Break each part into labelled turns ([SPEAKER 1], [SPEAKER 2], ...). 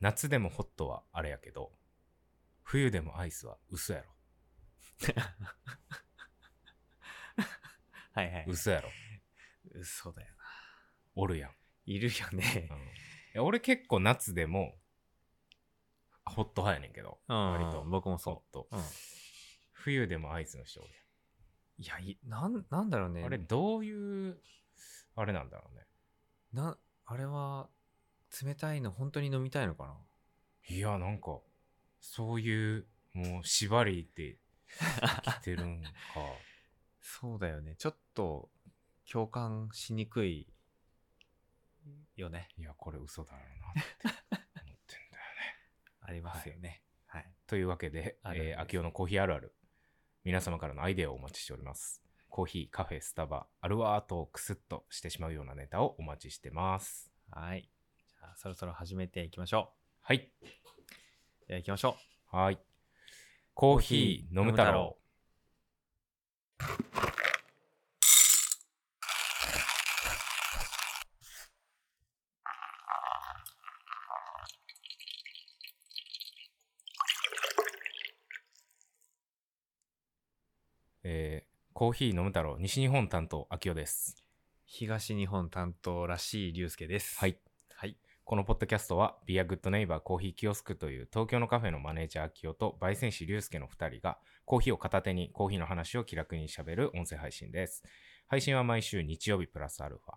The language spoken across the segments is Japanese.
[SPEAKER 1] 夏でもホットはあれやけど、冬でもアイスは嘘やろ。
[SPEAKER 2] はいはい。
[SPEAKER 1] 嘘やろ。
[SPEAKER 2] 嘘だよな。
[SPEAKER 1] おるやん。
[SPEAKER 2] いるよね
[SPEAKER 1] う。んいや俺結構夏でも、ホット派やねんけど、
[SPEAKER 2] うん。
[SPEAKER 1] 割と
[SPEAKER 2] 僕
[SPEAKER 1] ホ
[SPEAKER 2] も
[SPEAKER 1] ッ
[SPEAKER 2] そ
[SPEAKER 1] ト。
[SPEAKER 2] う。うん。
[SPEAKER 1] 冬でもアイスの人おる
[SPEAKER 2] いや、いなん、なんだろう
[SPEAKER 1] や
[SPEAKER 2] ね。
[SPEAKER 1] ん。あれ、どういう、あれなんだろうね。
[SPEAKER 2] な、あれは、冷たいの本当に飲みたいのかない
[SPEAKER 1] や、なんか、そういう、もう、縛りで来てる んか。
[SPEAKER 2] そうだよね。ちょっと、共感しにくいよね。
[SPEAKER 1] いや、これ嘘だろうなって思ってんだよね。
[SPEAKER 2] ありますよね。はい。
[SPEAKER 1] というわけで、
[SPEAKER 2] あるあるで
[SPEAKER 1] え
[SPEAKER 2] す
[SPEAKER 1] ー、秋代のコーヒーあるある。皆様からのアイデアをお待ちしております。コーヒー、カフェ、スタバ、あるわーとクスッとしてしまうようなネタをお待ちしてます。
[SPEAKER 2] はい。じゃあ、そろそろ始めていきましょ
[SPEAKER 1] はい。
[SPEAKER 2] う。じゃあ、行きましょ
[SPEAKER 1] はい。コーヒー飲む太郎。えーコーヒー飲む太郎西日本担当秋代です。
[SPEAKER 2] う。東日本担当らしい龍介です。
[SPEAKER 1] はい。
[SPEAKER 2] はい。
[SPEAKER 1] このポッドキャストは、ビアグッドネイバーコーヒーキオスクという東京のカフェのマネージャー清と焙煎師龍介の2人が、コーヒーを片手にコーヒーの話を気楽にしゃべる音声配信です。配信は毎週日曜日プラスアルファ。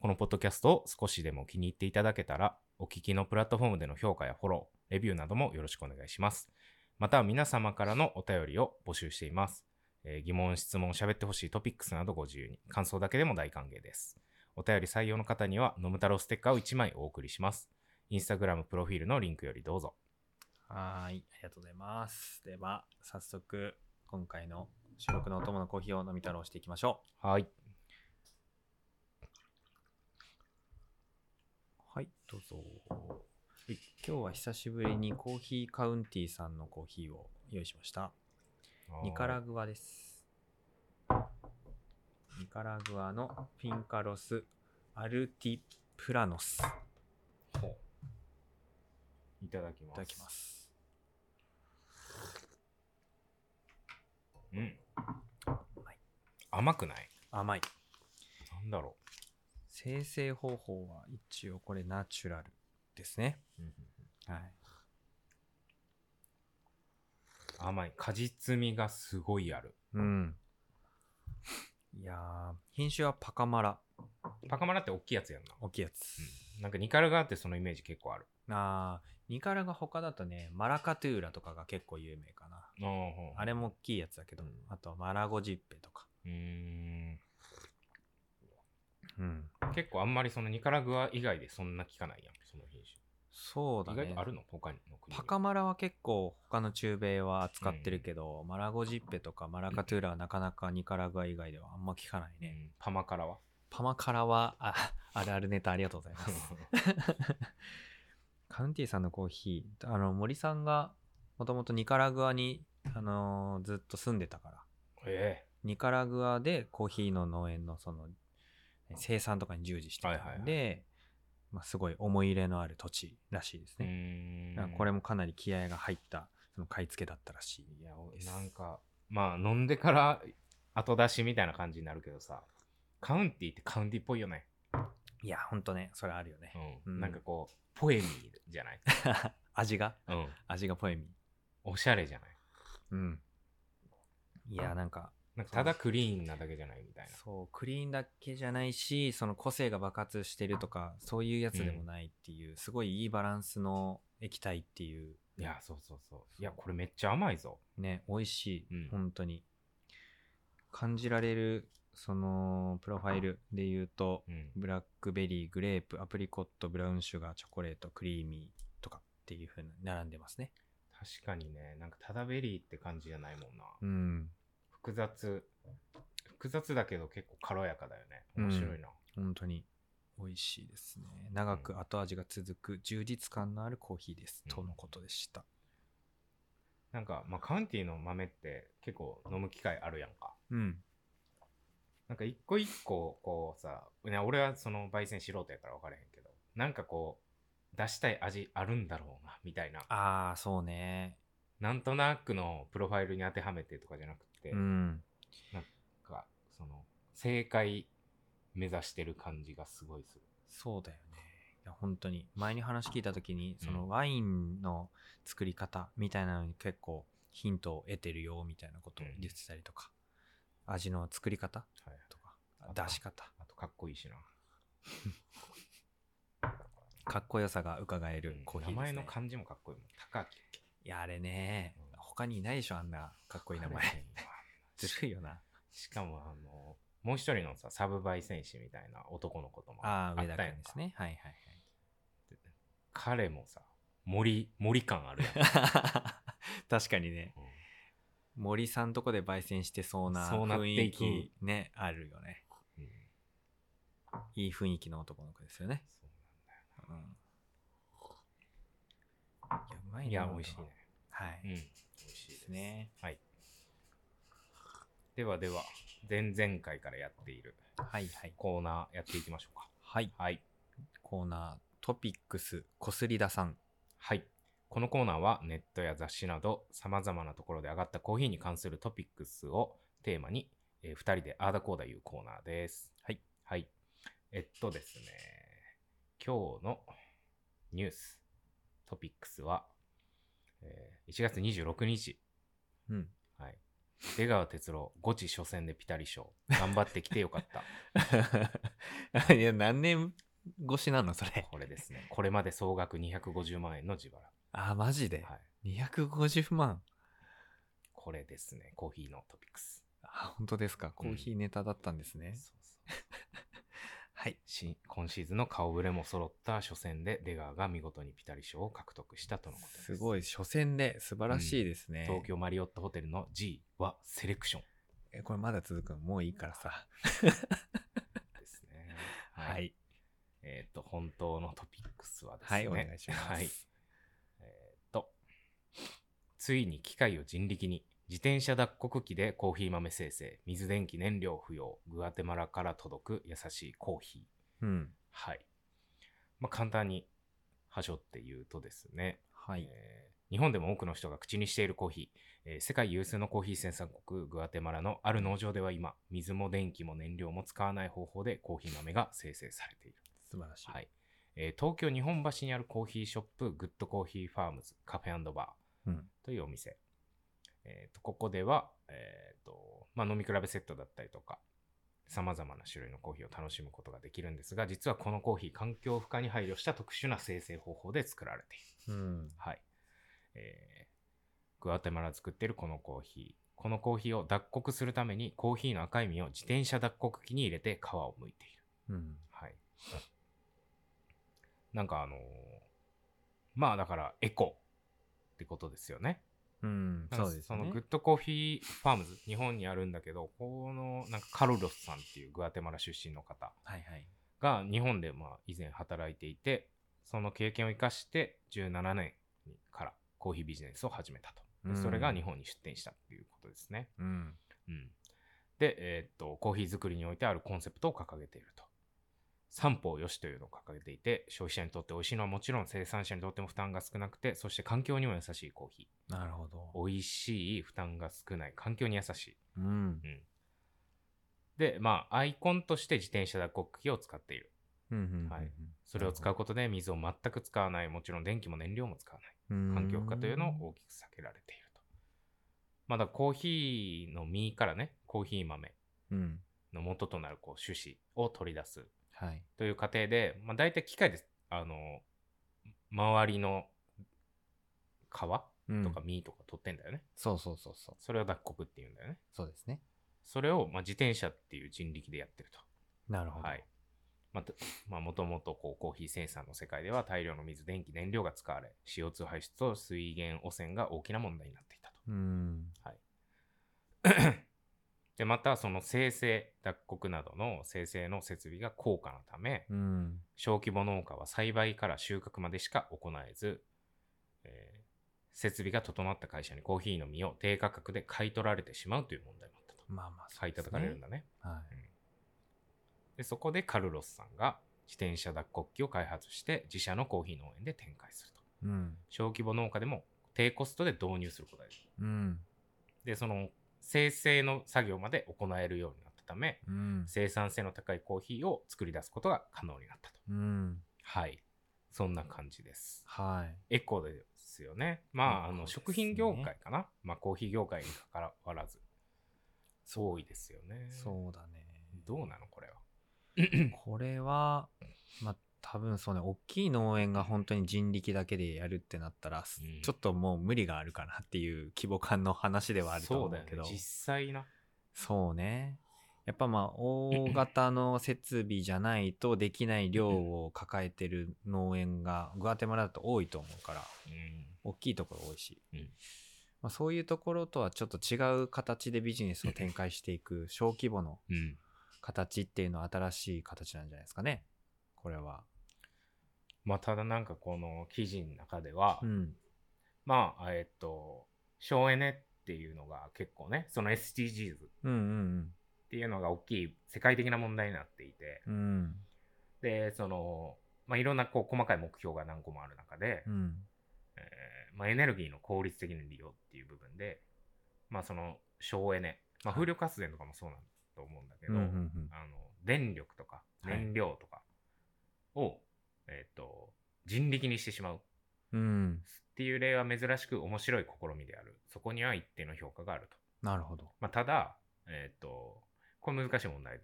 [SPEAKER 1] このポッドキャストを少しでも気に入っていただけたら、お聞きのプラットフォームでの評価やフォロー、レビューなどもよろしくお願いします。また、皆様からのお便りを募集しています。えー疑問、質問、喋ってほしいトピックスなどご自由に。感想だけでも大歓迎です。お便り採用の方には、のむ太郎ステッカーを1枚お送りします。インスタグラムプロフィールのリンクよりどうぞ。
[SPEAKER 2] はーい。ありがとうございます。では、早速、今回の収録のお供のコーヒーを飲み太郎していきましょ
[SPEAKER 1] はい。
[SPEAKER 2] う。はい、どうぞ。今日は久しぶりにコーヒーカウンティさんのコーヒーを用意しました。ニカラグアです。ニカラグアのピンカロス・アルティプラノス。い
[SPEAKER 1] ほういただきます。
[SPEAKER 2] ただきます。
[SPEAKER 1] うん。
[SPEAKER 2] まい
[SPEAKER 1] 甘くない
[SPEAKER 2] 甘い。
[SPEAKER 1] なんだろ
[SPEAKER 2] 生成方法は一応これナチュラルですね。
[SPEAKER 1] う。
[SPEAKER 2] はい。
[SPEAKER 1] 甘い。果実味がすごいある。
[SPEAKER 2] うん。いやー、品種はパカマラ。
[SPEAKER 1] パカマラって大きいやつやんな。
[SPEAKER 2] 大きいやつ。
[SPEAKER 1] なんかニカラガーってそのイメージ結構ある。
[SPEAKER 2] あー、ニカラが他だとね、マラカトゥーラとかが結構有名かな。
[SPEAKER 1] あ
[SPEAKER 2] あれも大きいやつだけど、
[SPEAKER 1] うん
[SPEAKER 2] あとはマラゴジッペとか。
[SPEAKER 1] うーん。
[SPEAKER 2] うん。
[SPEAKER 1] 結構あんまりそのニカラグア以外でそんな聞かないやん。その品
[SPEAKER 2] そうだ
[SPEAKER 1] 種。意外
[SPEAKER 2] ね
[SPEAKER 1] と。あるの他の国に。
[SPEAKER 2] パカマラは結構他の中米は扱ってるけど、マラゴジッペとかマラカトゥーラはなかなかニカラグア以外ではあんま聞かないうね。
[SPEAKER 1] んパマカラ は
[SPEAKER 2] パマカラは、あ、あるあるネタありがとうございます。カウンティさんのコーヒー、あの、森さんがもともとニカラグアに、あのーずっと住んでたから、
[SPEAKER 1] え
[SPEAKER 2] ニカラグアでコーヒーの農園のその、生産とかに従事してたんで、
[SPEAKER 1] はいはい
[SPEAKER 2] まあ、すごい思い入れのある土地らしいです
[SPEAKER 1] え
[SPEAKER 2] ね。だからこれも かなり気合が入った、その買い付けだったらしい。
[SPEAKER 1] い
[SPEAKER 2] い
[SPEAKER 1] やお
[SPEAKER 2] です
[SPEAKER 1] なんかまあ飲んでから後出しみたいな感じになるけどさカウンティってカウンティっぽいよね、
[SPEAKER 2] や、ほんとね、それあるよね。
[SPEAKER 1] うん
[SPEAKER 2] うん
[SPEAKER 1] なんかこうポエミーじゃ ない、
[SPEAKER 2] 味が
[SPEAKER 1] うん、
[SPEAKER 2] 味がポエミー。
[SPEAKER 1] おしゃれじゃない
[SPEAKER 2] うん。いや、なんか、
[SPEAKER 1] なんかただクリーンなだけじゃないみたいな
[SPEAKER 2] そうクリーンだけじゃないしその個性が爆発してるとかそういうやつでもないっていう、すごいいいバランスの液体っていう
[SPEAKER 1] いやそうそうそういやこれめっちゃ甘いぞ
[SPEAKER 2] ね美味しい、
[SPEAKER 1] うん
[SPEAKER 2] 本当に感じられるそのプロファイルで言うと、
[SPEAKER 1] うん
[SPEAKER 2] ブラックベリーグレープアプリコットブラウンシュガーチョコレートクリーミーとかっていう風に並んでますね
[SPEAKER 1] 確かにねなんかただベリーって感じじゃないもんな、
[SPEAKER 2] うん
[SPEAKER 1] 複雑複雑だけど結構軽やかだよね
[SPEAKER 2] うん
[SPEAKER 1] 面白いな、
[SPEAKER 2] 本当に美味しいですね長く後味が続く充実感のあるコーヒーです、
[SPEAKER 1] うん
[SPEAKER 2] とのことでした
[SPEAKER 1] なんか、まあ、カウンティの豆って結構飲む機会あるやんか
[SPEAKER 2] うん
[SPEAKER 1] なんか一個一個こうさ、ね、俺はその焙煎素人やから分からへんけど、なんかこう、出したい味あるんだろうなみたいな
[SPEAKER 2] ああ、そうね。
[SPEAKER 1] なんとなくのプロファイルに当てはめてとかじゃなくて、
[SPEAKER 2] うん。
[SPEAKER 1] がその正解目指してる感じがすごいする。
[SPEAKER 2] そうだよね。いや、本当に。前に話聞いた時に、
[SPEAKER 1] うん
[SPEAKER 2] そのワインの作り方みたいなのに結構ヒントを得てるよみたいなことを言ってたりとか、味の作り方
[SPEAKER 1] はい、
[SPEAKER 2] とか
[SPEAKER 1] あ、と
[SPEAKER 2] 出し方、
[SPEAKER 1] あとかっこいいしな。
[SPEAKER 2] かっこよさが伺え
[SPEAKER 1] う
[SPEAKER 2] る
[SPEAKER 1] ん
[SPEAKER 2] コーヒー
[SPEAKER 1] 名
[SPEAKER 2] で
[SPEAKER 1] 前
[SPEAKER 2] す、ね。
[SPEAKER 1] の漢字もかっこいいもん。高木。
[SPEAKER 2] いや、あれね、
[SPEAKER 1] うん
[SPEAKER 2] 他にいないでしょ、あんなかっこいい名前。 ずるいよな。
[SPEAKER 1] しかもあの、もう一人のさ、サブバイ選手みたいな男のこともあ
[SPEAKER 2] ああ、
[SPEAKER 1] っ
[SPEAKER 2] 上田
[SPEAKER 1] たや
[SPEAKER 2] 君
[SPEAKER 1] ん
[SPEAKER 2] で
[SPEAKER 1] か
[SPEAKER 2] す。ね。はい はい
[SPEAKER 1] 彼もさ、森、森感あるやん。
[SPEAKER 2] はい。確かにね、
[SPEAKER 1] うん
[SPEAKER 2] 森さんとこで焙煎してそうな
[SPEAKER 1] そうなって
[SPEAKER 2] 雰囲
[SPEAKER 1] いく
[SPEAKER 2] 気ね、あるよね。
[SPEAKER 1] うん
[SPEAKER 2] いい雰囲気の男の子ですよね。
[SPEAKER 1] そう
[SPEAKER 2] うん。いや、うま
[SPEAKER 1] なんだ
[SPEAKER 2] いな
[SPEAKER 1] いや、美味しいね。。
[SPEAKER 2] はい。
[SPEAKER 1] うん。
[SPEAKER 2] で
[SPEAKER 1] 美味しいです
[SPEAKER 2] す。ね。
[SPEAKER 1] はい。ではでは、前々回からやっている
[SPEAKER 2] はいはい。
[SPEAKER 1] コーナーやっていきましょうか。
[SPEAKER 2] はい。
[SPEAKER 1] はい。
[SPEAKER 2] コーナー、トピックス、こすりださん。
[SPEAKER 1] はい。このコーナーはネットや雑誌など様々なところで上がったコーヒーに関するトピックスをテーマに、え2人であーだこーだいうコーナーです。はい。はい。えっとですね、今日のニュース、トピックスは、えー1月26日、
[SPEAKER 2] うん。
[SPEAKER 1] はい、出川哲朗、ゴチ初戦でピタリ賞、頑張ってきてよか った。
[SPEAKER 2] いや、何年越しなの、それ。
[SPEAKER 1] これですね、これまで総額250万円の自腹。
[SPEAKER 2] あ、マジで。
[SPEAKER 1] はい、
[SPEAKER 2] 250万。
[SPEAKER 1] これですね、コーヒーのトピックス。
[SPEAKER 2] あ、本当ですか。コーヒーネタだったんですね。
[SPEAKER 1] そうそう
[SPEAKER 2] はい。
[SPEAKER 1] し今シーズンの顔ぶれも揃った初戦で出川が見事にピタリ賞を獲得したとのことです
[SPEAKER 2] すごい、初戦で素晴らしいですね。
[SPEAKER 1] 東京マリオットホテルの G はセレクション
[SPEAKER 2] え、これまだ続くのもういいからさ。
[SPEAKER 1] ですね
[SPEAKER 2] は、い。
[SPEAKER 1] えっ、と本当のトピックスはですね
[SPEAKER 2] はい、お願いします。
[SPEAKER 1] はいえっ、とついに機械を人力に自転車脱穀機でコーヒー豆生成水電気燃料不要グアテマラから届く優しいコーヒー
[SPEAKER 2] うん。
[SPEAKER 1] はい、まあ、簡単に端折って言うとですね、
[SPEAKER 2] はい。
[SPEAKER 1] えー日本でも多くの人が口にしているコーヒー、えー世界有数のコーヒー生産国グアテマラのある農場では今水も電気も燃料も使わない方法でコーヒー豆が生成されている、
[SPEAKER 2] 素晴らしい。
[SPEAKER 1] はいえー東京日本橋にあるコーヒーショップグッドコーヒーファームズカフェバ
[SPEAKER 2] うん。
[SPEAKER 1] ーというお店、えーとここでは、えーとまあ、飲み比べセットだったりとかさまざまな種類のコーヒーを楽しむことができるんですが実はこのコーヒー環境負荷に配慮した特殊な生成方法で作られている
[SPEAKER 2] うん。
[SPEAKER 1] はい。えーグアテマラで作ってるこのコーヒー。このコーヒーを脱穀するためにコーヒーの赤い実を自転車脱穀機に入れて皮を剥いている。
[SPEAKER 2] うん。
[SPEAKER 1] はい。なんかあのーまあだからエコってことですよね。
[SPEAKER 2] うん。
[SPEAKER 1] なんか
[SPEAKER 2] そうです
[SPEAKER 1] その
[SPEAKER 2] ね
[SPEAKER 1] グッ。ドコーヒーファームズ、日本にあるんだけど、このなんかカロロスさんっていうグアテマラ出身の方
[SPEAKER 2] はいはい。
[SPEAKER 1] が日本でまあ以前働いていてその経験を生かして17年からコーヒービジネスを始めたとで
[SPEAKER 2] うん
[SPEAKER 1] それが日本に出店したっていうことですね、
[SPEAKER 2] うん。
[SPEAKER 1] うん、で、えーっとコーヒー作りにおいてあるコンセプトを掲げていると三方よしというのを掲げていて消費者にとって美味しいのはもちろん生産者にとっても負担が少なくてそして環境にも優しいコーヒ
[SPEAKER 2] なるほど。
[SPEAKER 1] ー美味しい負担が少ない環境に優しい
[SPEAKER 2] うん。
[SPEAKER 1] でまあアイコンとして自転車脱穀機を使っている
[SPEAKER 2] うんうんうん。
[SPEAKER 1] はいそれを使うことで水を全く使わない、もちろん電気も燃料も使わない、
[SPEAKER 2] うん。
[SPEAKER 1] 環境負荷というのを大きく避けられていると。まあだからコーヒーの実からね、コーヒー豆
[SPEAKER 2] うん。
[SPEAKER 1] の元となるこう種子を取り出す
[SPEAKER 2] はい。
[SPEAKER 1] という過程で、まあ、大体機械で、あの、周りの皮
[SPEAKER 2] うん
[SPEAKER 1] とか実とか取ってんだよね。
[SPEAKER 2] そうそうそうそう。
[SPEAKER 1] それを脱穀っていうんだよね。
[SPEAKER 2] そうですね。
[SPEAKER 1] それを、まあ、自転車っていう人力でやってると。
[SPEAKER 2] なるほど。
[SPEAKER 1] はい。また、まあ、もともとこうコーヒー生産の世界では大量の水、電気、燃料が使われ、CO2 排出と水源汚染が大きな問題になっていたと。
[SPEAKER 2] うん。
[SPEAKER 1] で、また、その生成、脱穀などの生成の設備が高価なため、
[SPEAKER 2] うん。
[SPEAKER 1] 小規模農家は栽培から収穫までしか行えず、えー設備が整った会社にコーヒーの実を低価格で買い取られてしまうという問題もあったと。
[SPEAKER 2] まあまあ、
[SPEAKER 1] 買い叩かれるんだね。
[SPEAKER 2] は
[SPEAKER 1] でそこでカルロスさんが自転車脱穀機を開発して自社のコーヒー農園で展開すると
[SPEAKER 2] うん。
[SPEAKER 1] 小規模農家でも低コストで導入することができる
[SPEAKER 2] うん。
[SPEAKER 1] でその生成の作業まで行えるようになったため
[SPEAKER 2] うん。
[SPEAKER 1] 生産性の高いコーヒーを作り出すことが可能になったと
[SPEAKER 2] うん。
[SPEAKER 1] はいそんな感じです
[SPEAKER 2] はい。
[SPEAKER 1] エコですよねまああ
[SPEAKER 2] エコ
[SPEAKER 1] の
[SPEAKER 2] ですね
[SPEAKER 1] 食品業界かな、まあコーヒー業界に関わらず多いですよね
[SPEAKER 2] そうだね。
[SPEAKER 1] どうなのこれは
[SPEAKER 2] これは、まあ、多分そうね、大きい農園が本当に人力だけでやるってなったら、す
[SPEAKER 1] うん
[SPEAKER 2] ちょっともう無理があるかなっていう規模感の話ではあると
[SPEAKER 1] そ
[SPEAKER 2] 思
[SPEAKER 1] うだ
[SPEAKER 2] う
[SPEAKER 1] よ
[SPEAKER 2] け
[SPEAKER 1] ね
[SPEAKER 2] ど、そう,、
[SPEAKER 1] 実際な
[SPEAKER 2] ね。やっぱまあ、大型の設備じゃないとできない量を抱えてる農園が、グアテマラだと多いと思うから、
[SPEAKER 1] うん
[SPEAKER 2] 大きいところ多いし、
[SPEAKER 1] うん
[SPEAKER 2] まあ、そういうところとはちょっと違う形でビジネスを展開していく小規模の
[SPEAKER 1] うん
[SPEAKER 2] 形っていうのは新しい形なんじゃないですかねこれは。
[SPEAKER 1] まあただなんかこの記事の中では、
[SPEAKER 2] うん
[SPEAKER 1] まあえっと省エネっていうのが結構ねその SDGs っ
[SPEAKER 2] うんうん
[SPEAKER 1] ていうのが大きい世界的な問題になっていて
[SPEAKER 2] うんうん
[SPEAKER 1] でそのまあいろんなこう細かい目標が何個もある中で、
[SPEAKER 2] うん
[SPEAKER 1] えーまあ、エネルギーの効率的な利用っていう部分で、まあ、その省エネ、まあ、
[SPEAKER 2] はい
[SPEAKER 1] 風力発電とかもそうなんだと思うんだけ
[SPEAKER 2] う
[SPEAKER 1] ど、
[SPEAKER 2] んうん
[SPEAKER 1] あの電力とか
[SPEAKER 2] はい
[SPEAKER 1] 燃料とかを、えっと人力にしてしまうっ
[SPEAKER 2] うん
[SPEAKER 1] ていう例は珍しく面白い試みであるそこには一定の評価があると、
[SPEAKER 2] なるほど。
[SPEAKER 1] まあ、ただ、えっとこれ難しい問題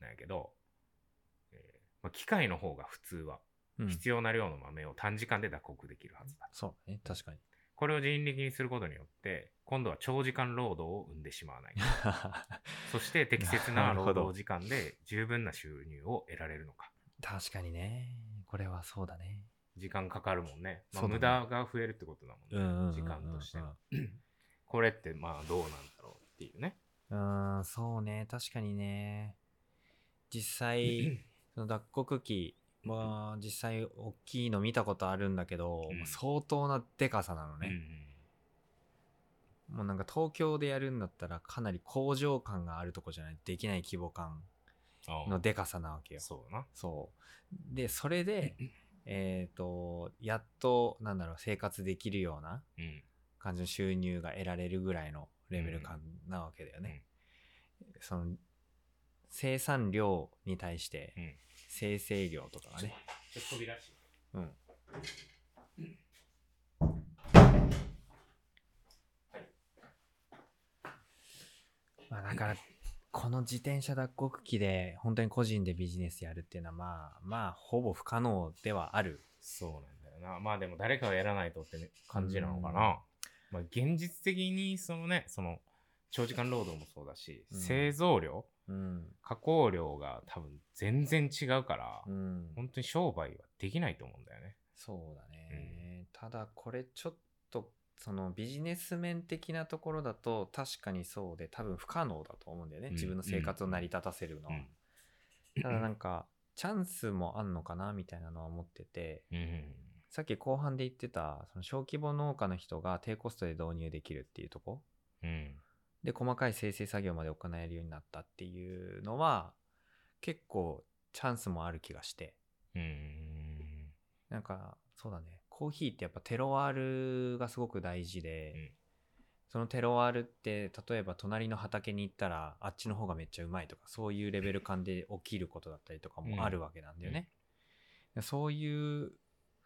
[SPEAKER 1] なんやけど、えーまあ、機械の方が普通は
[SPEAKER 2] うん
[SPEAKER 1] 必要な量の豆を短時間で脱穀できるはずだ
[SPEAKER 2] そうだね確かに。
[SPEAKER 1] これを人力にすることによって、今度は長時間労働を生んでしまわ ない。そして適切な
[SPEAKER 2] なるほ
[SPEAKER 1] 労
[SPEAKER 2] ど
[SPEAKER 1] 働時間で十分な収入を得られるのか。
[SPEAKER 2] 確かにねこれはそうだね。
[SPEAKER 1] 時間かかるもんね。まあ
[SPEAKER 2] そう
[SPEAKER 1] 無
[SPEAKER 2] だね
[SPEAKER 1] 駄が増えるってことだ
[SPEAKER 2] うんうんう
[SPEAKER 1] も
[SPEAKER 2] んうんん
[SPEAKER 1] ね。時間として
[SPEAKER 2] う
[SPEAKER 1] の
[SPEAKER 2] ん。
[SPEAKER 1] これってまあどうなんだろうっていうね。
[SPEAKER 2] うーん、そうね、確かにね。実 際、その脱穀機は実際大きいの見たことあるんだけど、
[SPEAKER 1] うん
[SPEAKER 2] 相当なでかさなの
[SPEAKER 1] うんう
[SPEAKER 2] ね、
[SPEAKER 1] ん
[SPEAKER 2] もうなんか東京でやるんだったらかなり工場感があるとこじゃないとできない規模感
[SPEAKER 1] ああ
[SPEAKER 2] のでかさなわけよ。
[SPEAKER 1] そうだな。
[SPEAKER 2] そう。で、それで、えっと、やっと、なんだろう、生活できるような
[SPEAKER 1] うん。
[SPEAKER 2] 感じの収入が得られるぐらいのレベル感なわけだよね。その生産量に対して
[SPEAKER 1] うん
[SPEAKER 2] 生成量とかがね。
[SPEAKER 1] ちょっと扉閉め
[SPEAKER 2] うん。まあだからこの自転車脱穀機で本当に個人でビジネスやるっていうのはまあまあほぼ不可能ではある。
[SPEAKER 1] そうなんだよな。まあでも誰かがやらないとってね感じなのかな。まあ現実的にそのね、その長時間労働もそうだし、
[SPEAKER 2] うん
[SPEAKER 1] 製造量、
[SPEAKER 2] うん。
[SPEAKER 1] 加工量が多分全然違うから、
[SPEAKER 2] うん。
[SPEAKER 1] 本当に商売はできないと思うんだよね。
[SPEAKER 2] そうだね、ただこれちょっとそのビジネス面的なところだと確かにそうで多分不可能だと思うんだよね、
[SPEAKER 1] うん
[SPEAKER 2] 自分の生活を成り立たせるのは、ただなんかチャンスもあんのかなみたいなのは思ってて
[SPEAKER 1] うん。
[SPEAKER 2] さっき後半で言ってたその小規模農家の人が低コストで導入できるっていうとこ
[SPEAKER 1] うん。
[SPEAKER 2] で細かい生成作業まで行えるようになったっていうのは結構チャンスもある気がして
[SPEAKER 1] うん。
[SPEAKER 2] なんか、そうだね。コーヒーってやっぱテロワールがすごく大事で、
[SPEAKER 1] うん
[SPEAKER 2] そのテロワールって、例えば隣の畑に行ったら、あっちの方がめっちゃうまいとか、そういうレベル感で起きることだったりとかもあるわけなんだよね。そういう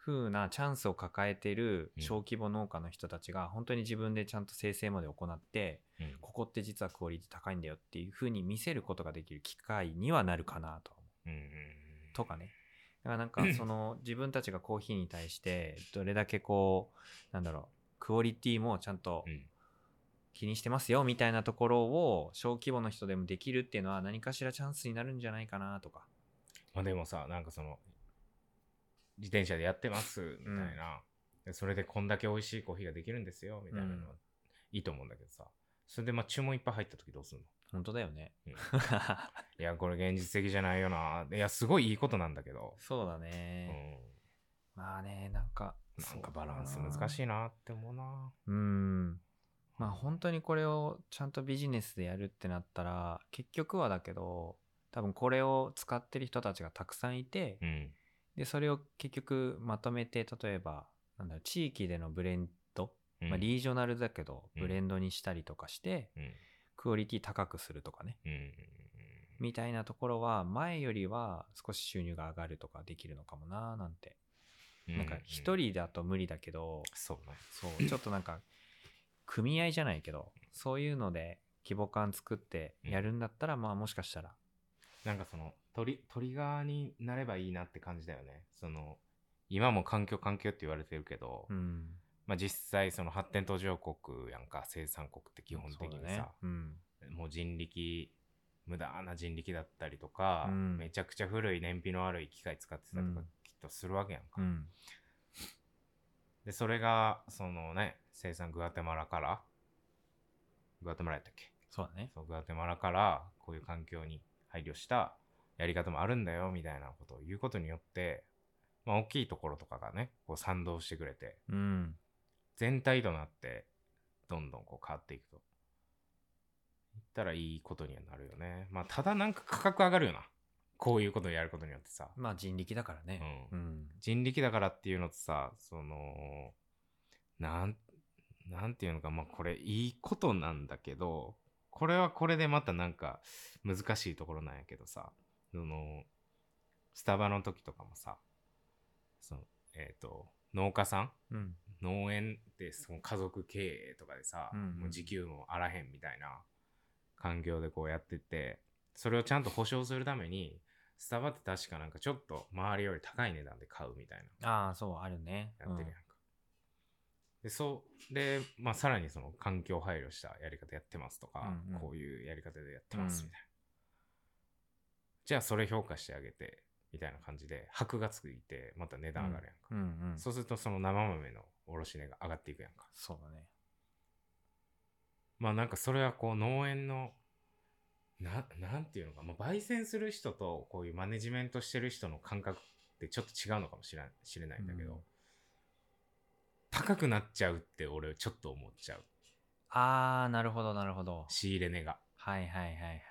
[SPEAKER 2] 風なチャンスを抱えてる
[SPEAKER 1] うん
[SPEAKER 2] 小規模農家の人たちが、本当に自分でちゃんと生成まで行って、
[SPEAKER 1] うん
[SPEAKER 2] ここって実はクオリティ高いんだよっていう風に見せることができる機会にはなるかなとは思う。
[SPEAKER 1] うん。
[SPEAKER 2] とかね。だからなんかその自分たちがコーヒーに対してどれだけこうなんだろうクオリティもちゃんと
[SPEAKER 1] うん。
[SPEAKER 2] 気にしてますよみたいなところを小規模の人でもできるっていうのは何かしらチャンスになるんじゃないかなとか。
[SPEAKER 1] まあでもさ、なんかその、自転車でやってますみたいな、でそれでこんだけ美味しいコーヒーができるんですよみたいなのは、
[SPEAKER 2] う
[SPEAKER 1] いいと思うんだけどさ、それでまあ注文いっぱい入った時どうすんの
[SPEAKER 2] 本当だよね。
[SPEAKER 1] うんいや、これ現実的じゃないよな。いや、すごいいいことなんだけど、
[SPEAKER 2] そうだ
[SPEAKER 1] う
[SPEAKER 2] ね。
[SPEAKER 1] ん。
[SPEAKER 2] まあねなんか
[SPEAKER 1] なんかバランス難し
[SPEAKER 2] い。
[SPEAKER 1] いなって思うな。
[SPEAKER 2] うん。まあ本当にこれをちゃんとビジネスでやるってなったら結局はだけど多分これを使ってる人たちがたくさんいて、
[SPEAKER 1] うん。
[SPEAKER 2] でそれを結局まとめて例えばなんだろう地域でのブレンド、
[SPEAKER 1] うん
[SPEAKER 2] まあ、リージョナルだけど
[SPEAKER 1] うん
[SPEAKER 2] ブレンドにしたりとかして、
[SPEAKER 1] うん。
[SPEAKER 2] クオリティ高くするとかね
[SPEAKER 1] うん。
[SPEAKER 2] みたいなところは前よりは少し収入が上がるとかできるのかもなーなんて、
[SPEAKER 1] う
[SPEAKER 2] なんか一。人だと無理だけど
[SPEAKER 1] そうね。
[SPEAKER 2] そうちょっとなんか組合じゃないけどそういうので規模感作ってやるんだったら、まあもしかしたら
[SPEAKER 1] なんかそのトリ、トリガーになればいいなって感じだよね。その、今も環境環境って言われてるけど、
[SPEAKER 2] うん
[SPEAKER 1] まあ実際その発展途上国やんか、生産国って基本的
[SPEAKER 2] そう
[SPEAKER 1] に
[SPEAKER 2] だね
[SPEAKER 1] さ、
[SPEAKER 2] うん
[SPEAKER 1] もう人力、無駄な人力だったりとか、
[SPEAKER 2] うん
[SPEAKER 1] めちゃくちゃ古い燃費の悪い機械使ってたりと
[SPEAKER 2] う
[SPEAKER 1] か
[SPEAKER 2] ん
[SPEAKER 1] きっとするわけやんか。
[SPEAKER 2] うん
[SPEAKER 1] で、それが、そのね、生産グアテマラから、グアテマラやったっけ
[SPEAKER 2] そうだね
[SPEAKER 1] そうグアテマラからこういう環境に配慮したやり方もあるんだよみたいなことを言うことによって、まあ、大きいところとかがねこう賛同してくれて
[SPEAKER 2] うん
[SPEAKER 1] 全体となってどんどんこう変わっていくと言ったらいいことにはなるよねまあただなんか価格上がるよなこういうことをやることによってさ、
[SPEAKER 2] まあ人力だからね
[SPEAKER 1] うん
[SPEAKER 2] うん
[SPEAKER 1] 人力だからっていうのとさそのなんなんていうのかまあこれいいことなんだけどこれはこれでまたなんか難しいところなんやけどさそのスタバの時とかもさそのえっ、と農家さん
[SPEAKER 2] うん
[SPEAKER 1] 農園ってその家族経営とかでさ、
[SPEAKER 2] うんうん
[SPEAKER 1] もう時給もあらへんみたいな環境でこうやっててそれをちゃんと保証するためにスタバって確かなんかちょっと周りより高い値段で買うみたい
[SPEAKER 2] ああそうあるね
[SPEAKER 1] なやってるやんか、でそうで、まあ、さらにその環境配慮したやり方やってますとか、
[SPEAKER 2] うんうん
[SPEAKER 1] こういうやり方でやってますみたいな、じゃあそれ評価してあげてみたいな感じで箔がついてまた値段上がるやんか、
[SPEAKER 2] うんうんうん
[SPEAKER 1] そうするとその生豆の卸値が上がっていくやんか。
[SPEAKER 2] そうだね
[SPEAKER 1] まあなんかそれはこう農園のななんていうのか、まあ、焙煎する人とこういうマネジメントしてる人の感覚ってちょっと違うのかもしれ知れないんだけど、
[SPEAKER 2] うん
[SPEAKER 1] 高くなっちゃうって俺ちょっと思っちゃう
[SPEAKER 2] ああなるほどなるほど
[SPEAKER 1] 仕入れ値が、
[SPEAKER 2] はいはいはいはい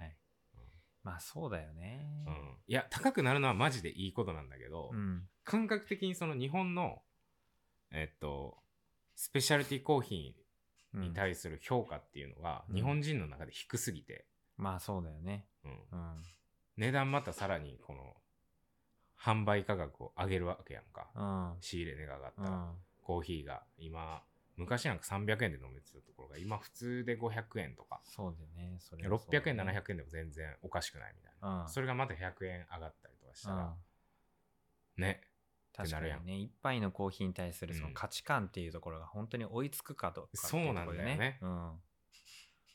[SPEAKER 1] うん
[SPEAKER 2] まあそうだよね
[SPEAKER 1] うん、いや高くなるのはマジでいいことなんだけど、
[SPEAKER 2] うん
[SPEAKER 1] 感覚的にその日本のえっとスペシャルティコーヒ
[SPEAKER 2] う
[SPEAKER 1] ー
[SPEAKER 2] ん
[SPEAKER 1] に対する評価っていうのが
[SPEAKER 2] うん
[SPEAKER 1] 日本人の中で低すぎて、
[SPEAKER 2] まあそうだよね
[SPEAKER 1] うん、
[SPEAKER 2] うん
[SPEAKER 1] 値段またさらにこの販売価格を上げるわけやんか、
[SPEAKER 2] うん
[SPEAKER 1] 仕入れ値が上がった
[SPEAKER 2] う
[SPEAKER 1] ら、
[SPEAKER 2] ん
[SPEAKER 1] コーヒーが今昔なんか300円で飲めてたところが今普通で500円とか
[SPEAKER 2] そうだよねそれはそうだ
[SPEAKER 1] 600円、
[SPEAKER 2] ね
[SPEAKER 1] 700円でも全然おかしくないみたいな、
[SPEAKER 2] うん
[SPEAKER 1] それがまた100円上がったりとかしたら、
[SPEAKER 2] うん
[SPEAKER 1] ね
[SPEAKER 2] 確
[SPEAKER 1] な
[SPEAKER 2] か
[SPEAKER 1] るやん
[SPEAKER 2] にね一杯のコーヒーに対するそうの
[SPEAKER 1] ん
[SPEAKER 2] 価値観っていうところが本当に追いつくかどうかっていところで
[SPEAKER 1] そうなんだよね
[SPEAKER 2] うん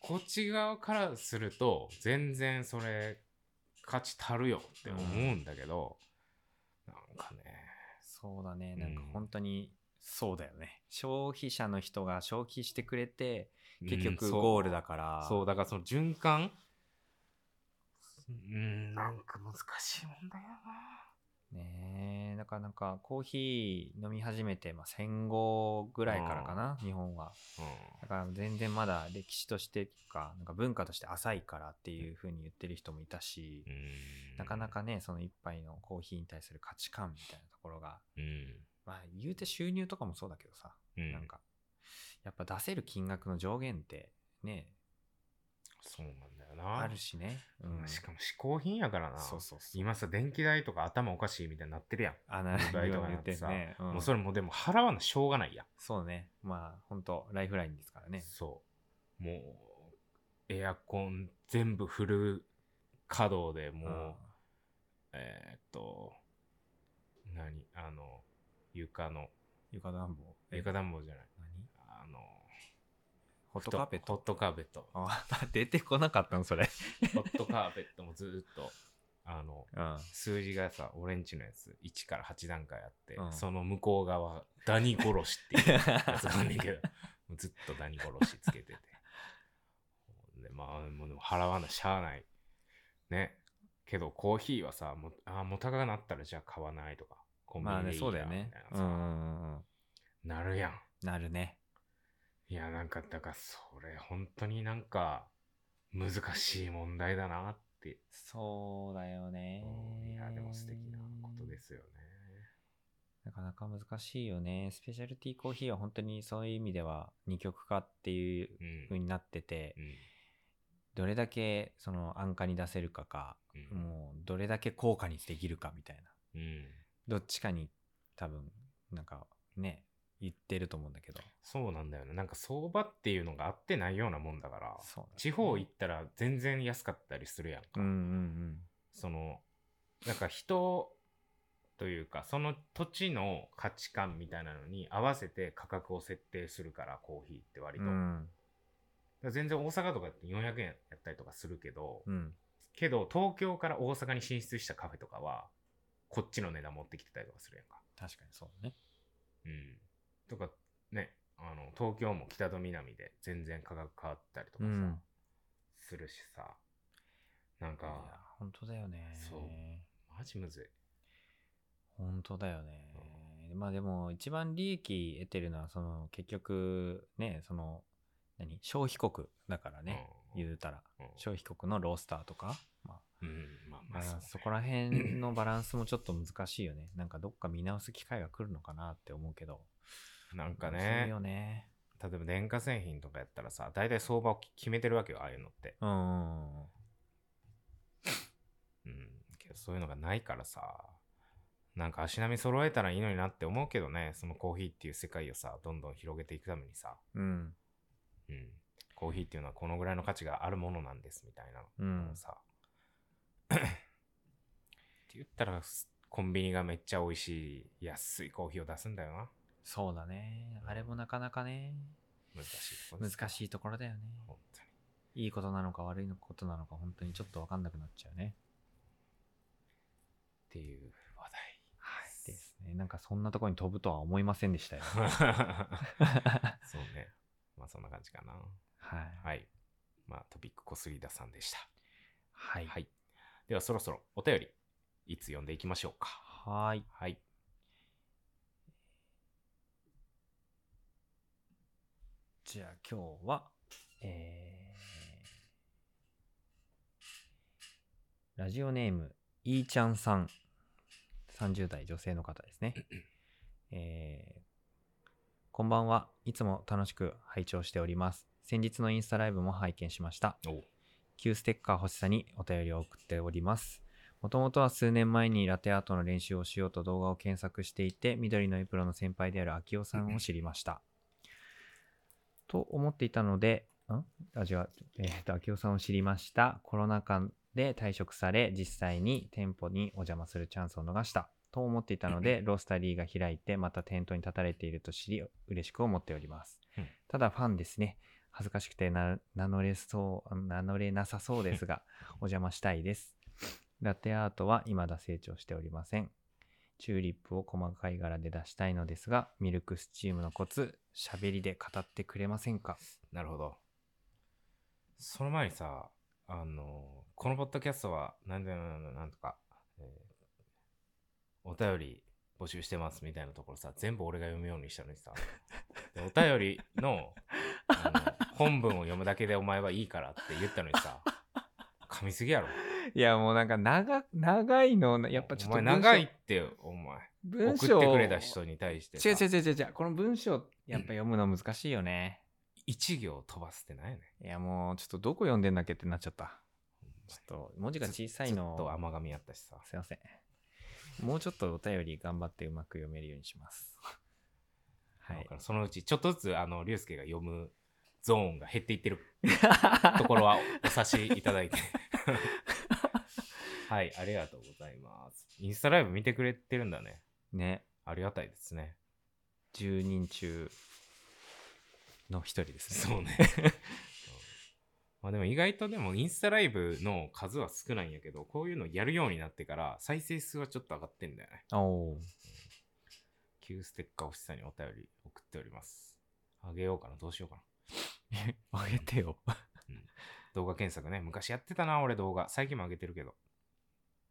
[SPEAKER 1] こっち側からすると全然それ価値足るよって思うんだけど、なんかね
[SPEAKER 2] そうだね
[SPEAKER 1] うん
[SPEAKER 2] なんか本当にそうだよね消費者の人が消費してくれて結局ゴール
[SPEAKER 1] だ
[SPEAKER 2] だから
[SPEAKER 1] そう、だからその循環うん、なんか難しい問題だ
[SPEAKER 2] ねえだからなんかコーヒー飲み始めて、まあ、戦後ぐらいからかな、日本は
[SPEAKER 1] な。
[SPEAKER 2] だから全然まだ歴史としてとかなんか文化として浅いからっていうふうに言ってる人もいたし、
[SPEAKER 1] うん。
[SPEAKER 2] なかなかねその一杯のコーヒーに対する価値観みたいなところが
[SPEAKER 1] うん。
[SPEAKER 2] まあ言うて収入とかもそうだけどさ、
[SPEAKER 1] うん。
[SPEAKER 2] なんかやっぱ出せる金額の上限ってね
[SPEAKER 1] そうなんだよな。
[SPEAKER 2] あるしね、うん、
[SPEAKER 1] しかも嗜好品やからな。
[SPEAKER 2] そうそうそう
[SPEAKER 1] 今さ、電気代とか頭おかしいみたいになってるやん。
[SPEAKER 2] あな
[SPEAKER 1] バイトが
[SPEAKER 2] よう
[SPEAKER 1] な
[SPEAKER 2] 言
[SPEAKER 1] っ
[SPEAKER 2] って て
[SPEAKER 1] さ
[SPEAKER 2] ね、ん
[SPEAKER 1] もうそれもうでも払わなしょうがないやん。
[SPEAKER 2] そうねまあ本当ライフラインですからね
[SPEAKER 1] そう。もう、エアコン全部フル稼働でもう、
[SPEAKER 2] うん
[SPEAKER 1] えーっと、何あの、床の、
[SPEAKER 2] 床暖房え
[SPEAKER 1] 床暖房じゃない。
[SPEAKER 2] 何
[SPEAKER 1] あの、
[SPEAKER 2] ホットカーペット
[SPEAKER 1] ホットカーペット。
[SPEAKER 2] あ出てこなかったのそれ
[SPEAKER 1] ホットカーペットもずーっと、 あの、
[SPEAKER 2] うん
[SPEAKER 1] 数字がさ、俺んちのやつ、1から8段階あって、
[SPEAKER 2] うん
[SPEAKER 1] その向こう側、ダニ殺しって いうやつがあんねんけど、もうずっとダニ殺しつけてて。 で、まあ、もうでも払わなしゃあない。ね。けど、コーヒーはさ、もう、あーもう高くなったらじゃあ買わないとか、コンビ
[SPEAKER 2] まあ
[SPEAKER 1] ニ
[SPEAKER 2] ね
[SPEAKER 1] でいい
[SPEAKER 2] そうだ
[SPEAKER 1] や
[SPEAKER 2] よ
[SPEAKER 1] みたい
[SPEAKER 2] ね
[SPEAKER 1] な
[SPEAKER 2] うん
[SPEAKER 1] さ、
[SPEAKER 2] うんうんうん
[SPEAKER 1] なるやん。
[SPEAKER 2] なるね
[SPEAKER 1] いや、なんか、だから、それ、本当になんか、難しい問題だなっって。
[SPEAKER 2] そうだよね
[SPEAKER 1] うんいや、でも素敵なことですよね。
[SPEAKER 2] なかなか難しいよねスペシャルティーコーヒーは本当にそういう意味では二極化ってい
[SPEAKER 1] う
[SPEAKER 2] う風
[SPEAKER 1] ん。
[SPEAKER 2] になってて、
[SPEAKER 1] うん
[SPEAKER 2] どれだけその安価に出せるかか、
[SPEAKER 1] うん。
[SPEAKER 2] もうどれだけ高価にできるかみたいな
[SPEAKER 1] うん。
[SPEAKER 2] どっちかに多分なんかね言ってると思うんだけど
[SPEAKER 1] そうなんだよね。なんか相場っていうのが合ってないようなもんだから、
[SPEAKER 2] そうだね
[SPEAKER 1] 地方行ったら全然安かったりするやんか。
[SPEAKER 2] うんうん
[SPEAKER 1] その、なんか人というか、その土地の価値観みたいなのに合わせて価格を設定するから、コーヒーって割
[SPEAKER 2] う
[SPEAKER 1] と。
[SPEAKER 2] んうん
[SPEAKER 1] だから全然大阪とかって400円やったりとかするけど、
[SPEAKER 2] うん
[SPEAKER 1] けど東京から大阪に進出したカフェとかは、こっちの値段持ってきてたりとかするやんか。
[SPEAKER 2] 確かにそうだね
[SPEAKER 1] うん。とか、ね、あの、東京も北と南で全然価格変わったりとかさ、
[SPEAKER 2] うん
[SPEAKER 1] するしさ、なん
[SPEAKER 2] いや
[SPEAKER 1] か、
[SPEAKER 2] 本当だよね
[SPEAKER 1] そうマジむずい。
[SPEAKER 2] 本当だよね。まあでも一番利益得てるのはその結局ねその何消費国だからね、
[SPEAKER 1] うん
[SPEAKER 2] 言うたら
[SPEAKER 1] うん
[SPEAKER 2] 消費国のロースターとか、ま
[SPEAKER 1] うん、まあ
[SPEAKER 2] あ
[SPEAKER 1] まあ
[SPEAKER 2] ま
[SPEAKER 1] そう
[SPEAKER 2] あ
[SPEAKER 1] ね、
[SPEAKER 2] そこら辺のバランスもちょっと難しいよねなんかどっか見直す機会が来るのかなって思うけど
[SPEAKER 1] なんか
[SPEAKER 2] そう
[SPEAKER 1] ね
[SPEAKER 2] よ、ね
[SPEAKER 1] 例えば電化製品とかやったらさ、大体相場を決めてるわけよ、ああいうのって。
[SPEAKER 2] うんうんうん
[SPEAKER 1] うん。けどそういうのがないからさ、なんか足並み揃えたらいいのになって思うけどね、そのコーヒーっていう世界をさ、どんどん広げていくためにさ、
[SPEAKER 2] うん
[SPEAKER 1] うん。コーヒーっていうのはこのぐらいの価値があるものなんですみたいな
[SPEAKER 2] うん
[SPEAKER 1] のをさ、 って言ったら、すコンビニがめっちゃ美味しい、安いコーヒーを出すんだよな。
[SPEAKER 2] そうだねあれもなかなかね
[SPEAKER 1] 難しいところです
[SPEAKER 2] 難しいところだよね
[SPEAKER 1] 本当に。
[SPEAKER 2] いいことなのか悪いことなのか本当にちょっと分かんなくなっちゃうね
[SPEAKER 1] っていう話題。
[SPEAKER 2] はい。ですね。なんかそんなところに飛ぶとは思いませんでした よ。
[SPEAKER 1] そうね。まあそんな感じかな。
[SPEAKER 2] はい。
[SPEAKER 1] はい。まあトピック小杉田さんでした。
[SPEAKER 2] は。
[SPEAKER 1] はいい。ではそろそろお便り、いつ読んでいきましょうか。
[SPEAKER 2] はい。
[SPEAKER 1] はい。
[SPEAKER 2] じゃあ今日は、えー、ラジオネーム、いーちゃんさん。30代女性の方ですね。えー、こんばんは。いつも楽しく拝聴しております。先日のインスタライブも拝見しました。
[SPEAKER 1] お
[SPEAKER 2] 旧ステッカー欲しさにお便りを送っております。もともとは数年前にラテアートの練習をしようと動画を検索していて、緑のエプロンの先輩である秋夫さんを知りました。と思っていたので、んあ、違う、えーと、秋夫さんを知りました。コロナ禍で退職され、実際に店舗にお邪魔するチャンスを逃した。と思っていたので、ロースタリーが開いて、また店頭に立たれていると知り、嬉しく思っております
[SPEAKER 1] うん。
[SPEAKER 2] ただファンですね。恥ずかしくてな名乗れそう、名乗れなさそうですが、お邪魔したいです。ラテアートは未だ成長しておりません。チューリップを細かい柄で出したいのですが、ミルクスチームのコツ、喋りで語ってくれませんか
[SPEAKER 1] なるほど。その前にさ、あの、このポッドキャストは、なんでなんなんとか、えーお便り募集してますみたいなところさ、全部俺が読むようにしたのに さ、でお便りのあの本文を読むだけでお前はいいからって言ったのにさ、噛みすぎやろ。
[SPEAKER 2] いや、もうなんか長、長いの、やっぱちょっと
[SPEAKER 1] お前長いって、お前。
[SPEAKER 2] 文
[SPEAKER 1] 送
[SPEAKER 2] 章
[SPEAKER 1] ってくれた人に対してさ、
[SPEAKER 2] 違う違う違う違う、この文章、やっぱ読むの難しいよね。
[SPEAKER 1] 一行飛ばすってないよね。
[SPEAKER 2] いや、もうちょっとどこ読んでんだっけってなっちゃった。ちょっと文字が小さいの
[SPEAKER 1] ちょっと甘噛みやったしさ。
[SPEAKER 2] すいません。もうちょっとお便り頑張ってうまく読めるようにし ます。は
[SPEAKER 1] だ
[SPEAKER 2] い
[SPEAKER 1] か。らそのうちちょっとずつあの龍介が読むゾーンが減ってい ってるところはお察しいただいてはいありがとうございますインスタライブ見てくれてるんだね
[SPEAKER 2] ね、
[SPEAKER 1] ありがたいですね
[SPEAKER 2] 10人中の一人ですね。
[SPEAKER 1] そう ねうんまあでも意外とでもインスタライブの数は少ないんやけどこういうのやるようになってから再生数はちょっと上がってんだよね
[SPEAKER 2] おー
[SPEAKER 1] 旧ステッカー欲しさにお便り送っておりますあげようかなどうしようかな
[SPEAKER 2] え あげてよ。
[SPEAKER 1] 動画検索ね昔やってたな俺動画最近も上げてるけど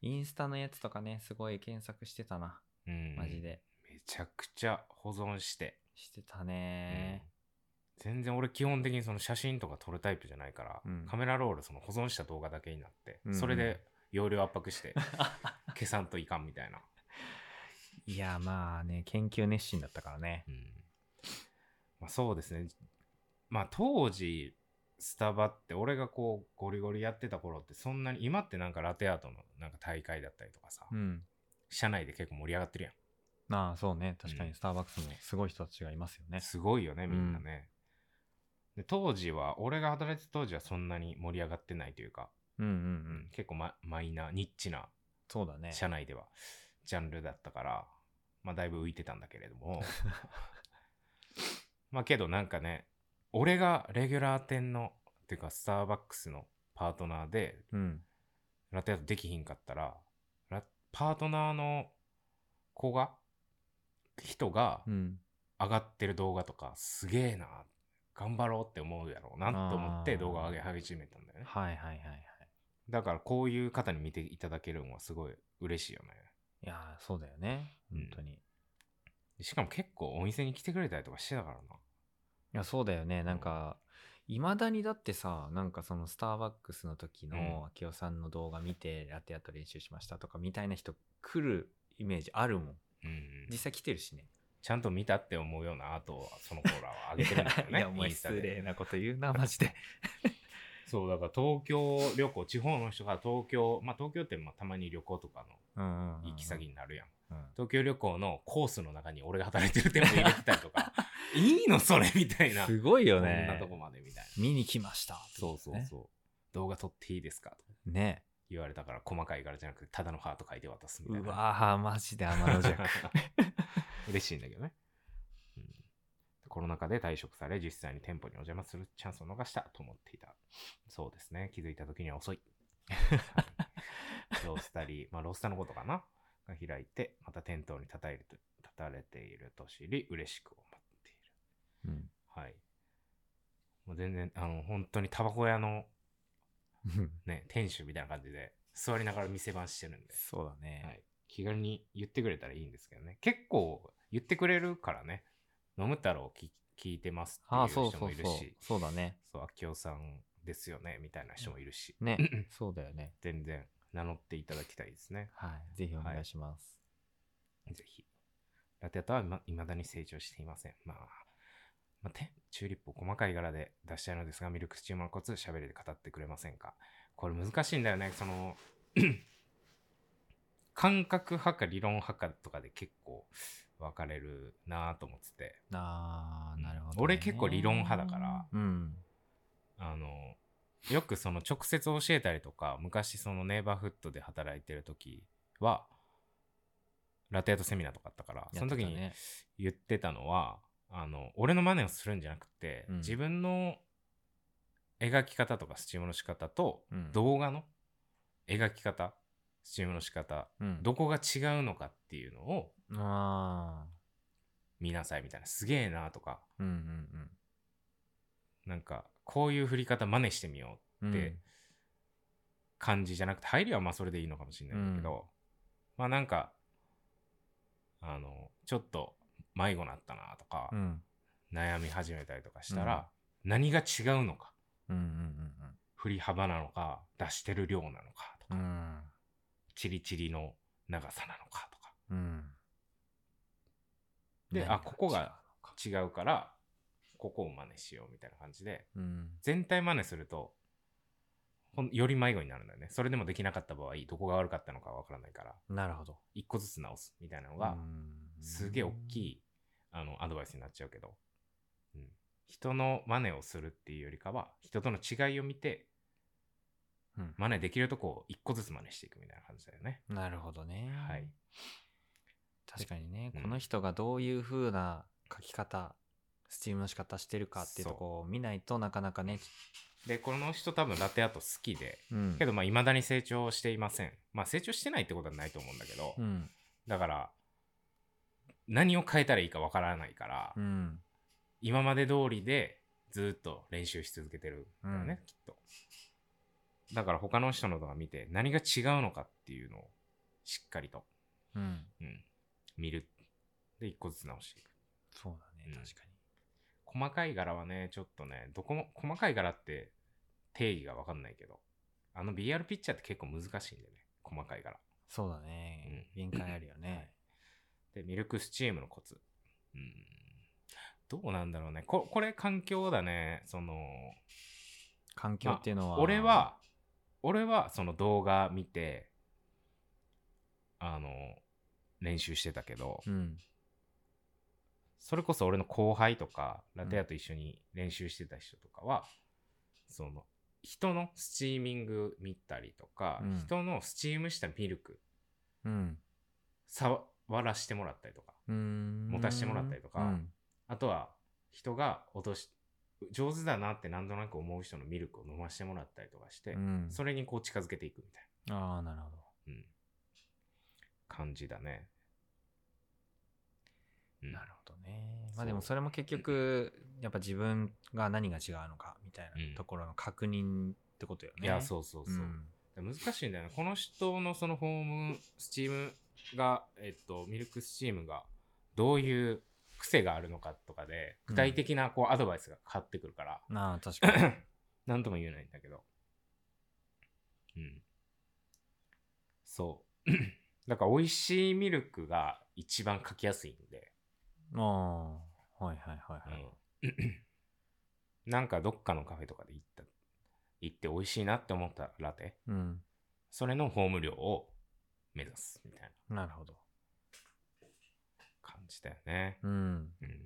[SPEAKER 2] インスタのやつとかね、すごい検索してたな。
[SPEAKER 1] うん
[SPEAKER 2] マジで。
[SPEAKER 1] めちゃくちゃ保存して、
[SPEAKER 2] してたね、
[SPEAKER 1] 全然俺基本的にその写真とか撮るタイプじゃないから、
[SPEAKER 2] うん
[SPEAKER 1] カメラロールその保存した動画だけになって、
[SPEAKER 2] うんうん
[SPEAKER 1] それで容量圧迫して 消さんといかんみたいな、
[SPEAKER 2] いやまあね研究熱心だったからね
[SPEAKER 1] うんまあ、そうですねまあ当時スタバって俺がこうゴリゴリやってた頃ってそんなに今ってなんかラテアートのなんか大会だったりとかさ、
[SPEAKER 2] うん
[SPEAKER 1] 社内で結構盛り上がってるやん
[SPEAKER 2] ああそうね確か
[SPEAKER 1] う
[SPEAKER 2] に
[SPEAKER 1] ん
[SPEAKER 2] スターバックスもすごい人たちがいますよね、
[SPEAKER 1] すごいよねみんなね、で当時は俺が働いてた当時はそんなに盛り上がってないというか、
[SPEAKER 2] うん、うんうん
[SPEAKER 1] うん結構ママイナーニッチな
[SPEAKER 2] そうだね
[SPEAKER 1] 社内ではジャンルだったから、まあ、だいぶ浮いてたんだけれど もまあけどなんかね俺がレギュラー店のっていうかスターバックスのパートナーで
[SPEAKER 2] うん
[SPEAKER 1] ラテアートできひんかったらラパートナーの子が人が
[SPEAKER 2] うん
[SPEAKER 1] 上がってる動画とかすげえな頑張ろうって思うやろうなと思って
[SPEAKER 2] あー
[SPEAKER 1] 動画上げ始めたんだよね
[SPEAKER 2] はいはいはいはい
[SPEAKER 1] だからこういう方に見ていただけるのはすごい嬉しいよね
[SPEAKER 2] いやーそうだよね
[SPEAKER 1] うん
[SPEAKER 2] 本当に、い
[SPEAKER 1] しかも結構お店に来てくれたりとかしてたからな
[SPEAKER 2] やそうだよねなんかいまだにだってさなんかそのスターバックスの時
[SPEAKER 1] うん
[SPEAKER 2] の明夫さんの動画見てラテアート練習しましたとかみたいな人来るイメージあるもん
[SPEAKER 1] うん
[SPEAKER 2] 実際来てるしね
[SPEAKER 1] ちゃんと見たって思うようなアートをその子らは上げてるんだよね
[SPEAKER 2] いやお前
[SPEAKER 1] インスタ
[SPEAKER 2] 失
[SPEAKER 1] で
[SPEAKER 2] 礼なこと言うなマジで
[SPEAKER 1] そうだから東京旅行地方の人が東京まあ東京ってまあたまに旅行とか
[SPEAKER 2] うんうんうんうん
[SPEAKER 1] の行き先になるやん
[SPEAKER 2] うん
[SPEAKER 1] 東京旅行のコースの中に俺が働いてる店も入れてたりと かいいのそれみたいな
[SPEAKER 2] すごいよね
[SPEAKER 1] こんなとこまでみたいな
[SPEAKER 2] 見に来ました
[SPEAKER 1] そうそうそう。動画撮っていいですかとか
[SPEAKER 2] うね
[SPEAKER 1] 言われたから、細かいからじゃなくて、ただのハート書いて渡すみたいうな。
[SPEAKER 2] わーマジで天の弱
[SPEAKER 1] 嬉しいんだけどね。うんコロナ禍で退職され、実際に店舗にお邪魔するチャンスを逃したと思っていた。そうですね。気づいた時には遅い。 はいロースタリー、まあロースタのことかなが開いて、また店頭に立たれて立たれていると知り、嬉しく思っている。
[SPEAKER 2] うん
[SPEAKER 1] はい。もう全然、あの、本当にタバコ屋のね、店主みたいな感じで、座りながら店番してるんで、
[SPEAKER 2] そうだね、
[SPEAKER 1] はい、気軽に言ってくれたらいいんですけどね。結構言ってくれるからね、飲む太郎き聞いてますって
[SPEAKER 2] ああ
[SPEAKER 1] い
[SPEAKER 2] そうう
[SPEAKER 1] 人
[SPEAKER 2] そ
[SPEAKER 1] も
[SPEAKER 2] う
[SPEAKER 1] い
[SPEAKER 2] そ
[SPEAKER 1] る
[SPEAKER 2] う
[SPEAKER 1] し、
[SPEAKER 2] そうだね
[SPEAKER 1] そう、秋夫さんですよね、みたいな人もいるし、
[SPEAKER 2] ねそうだよね
[SPEAKER 1] 全然名乗っていただきたいですね。
[SPEAKER 2] はいぜひお願いします、
[SPEAKER 1] ぜひ。ラテアートはま未だに成長していません。まあ、まあ、てチューリップを細かい柄で出したいのですが、ミルクスチューマーコツ喋りで語ってくれませんかこれ難しいんだよね。その、 感覚派か理論派かとかで結構分かれるなぁと思ってて、
[SPEAKER 2] あーなるほど、ね、
[SPEAKER 1] 俺結構理論派だから
[SPEAKER 2] うん
[SPEAKER 1] あの、よくその直接教えたりとか、昔そのネイバーフッドで働いてる時は、ラテアートセミナーとかあったから、その時に
[SPEAKER 2] やって
[SPEAKER 1] 言ってたのはあの俺の真似をするんじゃなくて、
[SPEAKER 2] うん
[SPEAKER 1] 自分の描き方とかスチームの仕方と、
[SPEAKER 2] うん
[SPEAKER 1] 動画の描き方スチームの仕方
[SPEAKER 2] たね、うん、
[SPEAKER 1] どこが違うのかっていうのを
[SPEAKER 2] あ
[SPEAKER 1] 見なさいみたいなすげえなとか
[SPEAKER 2] ーうんうん
[SPEAKER 1] なんかこういう振り方真似してみよう
[SPEAKER 2] うん
[SPEAKER 1] っ
[SPEAKER 2] う
[SPEAKER 1] て
[SPEAKER 2] ん
[SPEAKER 1] 感じじゃなくて入りはまあそれでいいのかもしれないんだけど、まあなんかあのちょっと迷子になったなとか、
[SPEAKER 2] うん
[SPEAKER 1] 悩み始めたりとかしたら、何が違うのか
[SPEAKER 2] うんうん
[SPEAKER 1] 振り幅なのか出してる量なのかと
[SPEAKER 2] うんう
[SPEAKER 1] か、
[SPEAKER 2] ん
[SPEAKER 1] チリチリの長さなのかとか
[SPEAKER 2] うん
[SPEAKER 1] で
[SPEAKER 2] 何
[SPEAKER 1] あここが違うからここを真似しようみたいな感じで
[SPEAKER 2] 違うのうん
[SPEAKER 1] 全体真似するとほんより迷子になるんだよねそれでもできなかった場合どこが悪かったのかわからないから
[SPEAKER 2] なるほど
[SPEAKER 1] 一個ずつ直すみたいなのが、
[SPEAKER 2] うん
[SPEAKER 1] すげえ大きいあのアドバイスになっちゃうけど、うん、人の真似をするっていうよりかは人との違いを見て
[SPEAKER 2] うん
[SPEAKER 1] 真似できるとこを一個ずつ真似していくみたいな感じだよね。
[SPEAKER 2] なるほどね。
[SPEAKER 1] はい。
[SPEAKER 2] 確かにね、
[SPEAKER 1] うん
[SPEAKER 2] この人がどういう風な書き方、スチームの仕方してるかっていうとこを見ないとなかなかね。
[SPEAKER 1] でこの人多分ラテアート好きで
[SPEAKER 2] うん
[SPEAKER 1] けどまあ未だに成長していません。まあ成長してないってことはないと思うんだけど、
[SPEAKER 2] うん。
[SPEAKER 1] だから何を変えたらいいかわからないから、
[SPEAKER 2] うん。
[SPEAKER 1] 今まで通りでずっと練習し続けてるんだよね、きっと。だから他の人の動画見て何が違うのかっていうのをしっかりと、
[SPEAKER 2] うん。
[SPEAKER 1] うん、見る。で一個ずつ直していく。
[SPEAKER 2] そうだね、
[SPEAKER 1] うん
[SPEAKER 2] 確かに。
[SPEAKER 1] 細かい柄はね、ちょっとね、どこも、細かい柄って定義がわかんないけど、あの BR ピッチャーって結構難しいんでね、細かい柄。
[SPEAKER 2] そうだね。
[SPEAKER 1] うん
[SPEAKER 2] 限界あるよね。
[SPEAKER 1] で、ミルクスチームのコツ。うん。どうなんだろうね。ここれ環境だね。その、
[SPEAKER 2] 環境っていうのは。
[SPEAKER 1] 俺、は、俺はその動画見て、あの、練習してたけど、
[SPEAKER 2] うん。
[SPEAKER 1] それこそ俺の後輩とか、ラテアと一緒に練習してた人とかは、その、人のスチーミング見たりとか、
[SPEAKER 2] うん
[SPEAKER 1] 人のスチームしたミルク、
[SPEAKER 2] うん。
[SPEAKER 1] 触らしてもらったりとか、
[SPEAKER 2] うーん
[SPEAKER 1] 持たしてもらったりとか
[SPEAKER 2] うん
[SPEAKER 1] あとは人が落とし、上手だなってなんとなく思う人のミルクを飲ましてもらったりとかして、
[SPEAKER 2] うん
[SPEAKER 1] それにこう近づけていくみたい
[SPEAKER 2] ああ、なるほど。
[SPEAKER 1] な、うん、感じだね。うん
[SPEAKER 2] なるほどね。ま
[SPEAKER 1] そう
[SPEAKER 2] あでもそれも結局、やっぱ自分が何が違うのかみたい
[SPEAKER 1] うん
[SPEAKER 2] なところの確認ってことよ
[SPEAKER 1] い
[SPEAKER 2] ね。
[SPEAKER 1] や、そうそうそう。
[SPEAKER 2] ん
[SPEAKER 1] 難しいんだよね。この人のそのホームスチームが、えっと、ミルクスチームがどういう癖があるのかとかで、具体的なこうアドバイスが変わってくるから、
[SPEAKER 2] なあ、確かに。
[SPEAKER 1] なんとも言えないんだけど。うん。そう。 だから、美味しいミルクが一番書きやすいんで。
[SPEAKER 2] ああ、はいはいはいは
[SPEAKER 1] う
[SPEAKER 2] い。
[SPEAKER 1] ん、 なんか、どっかのカフェとかで行った、行って美味しいなって思ったラテ、
[SPEAKER 2] うん。
[SPEAKER 1] それのホーム量を目指すみたいな
[SPEAKER 2] なるほど。
[SPEAKER 1] 感じだよね。
[SPEAKER 2] うん。
[SPEAKER 1] うん。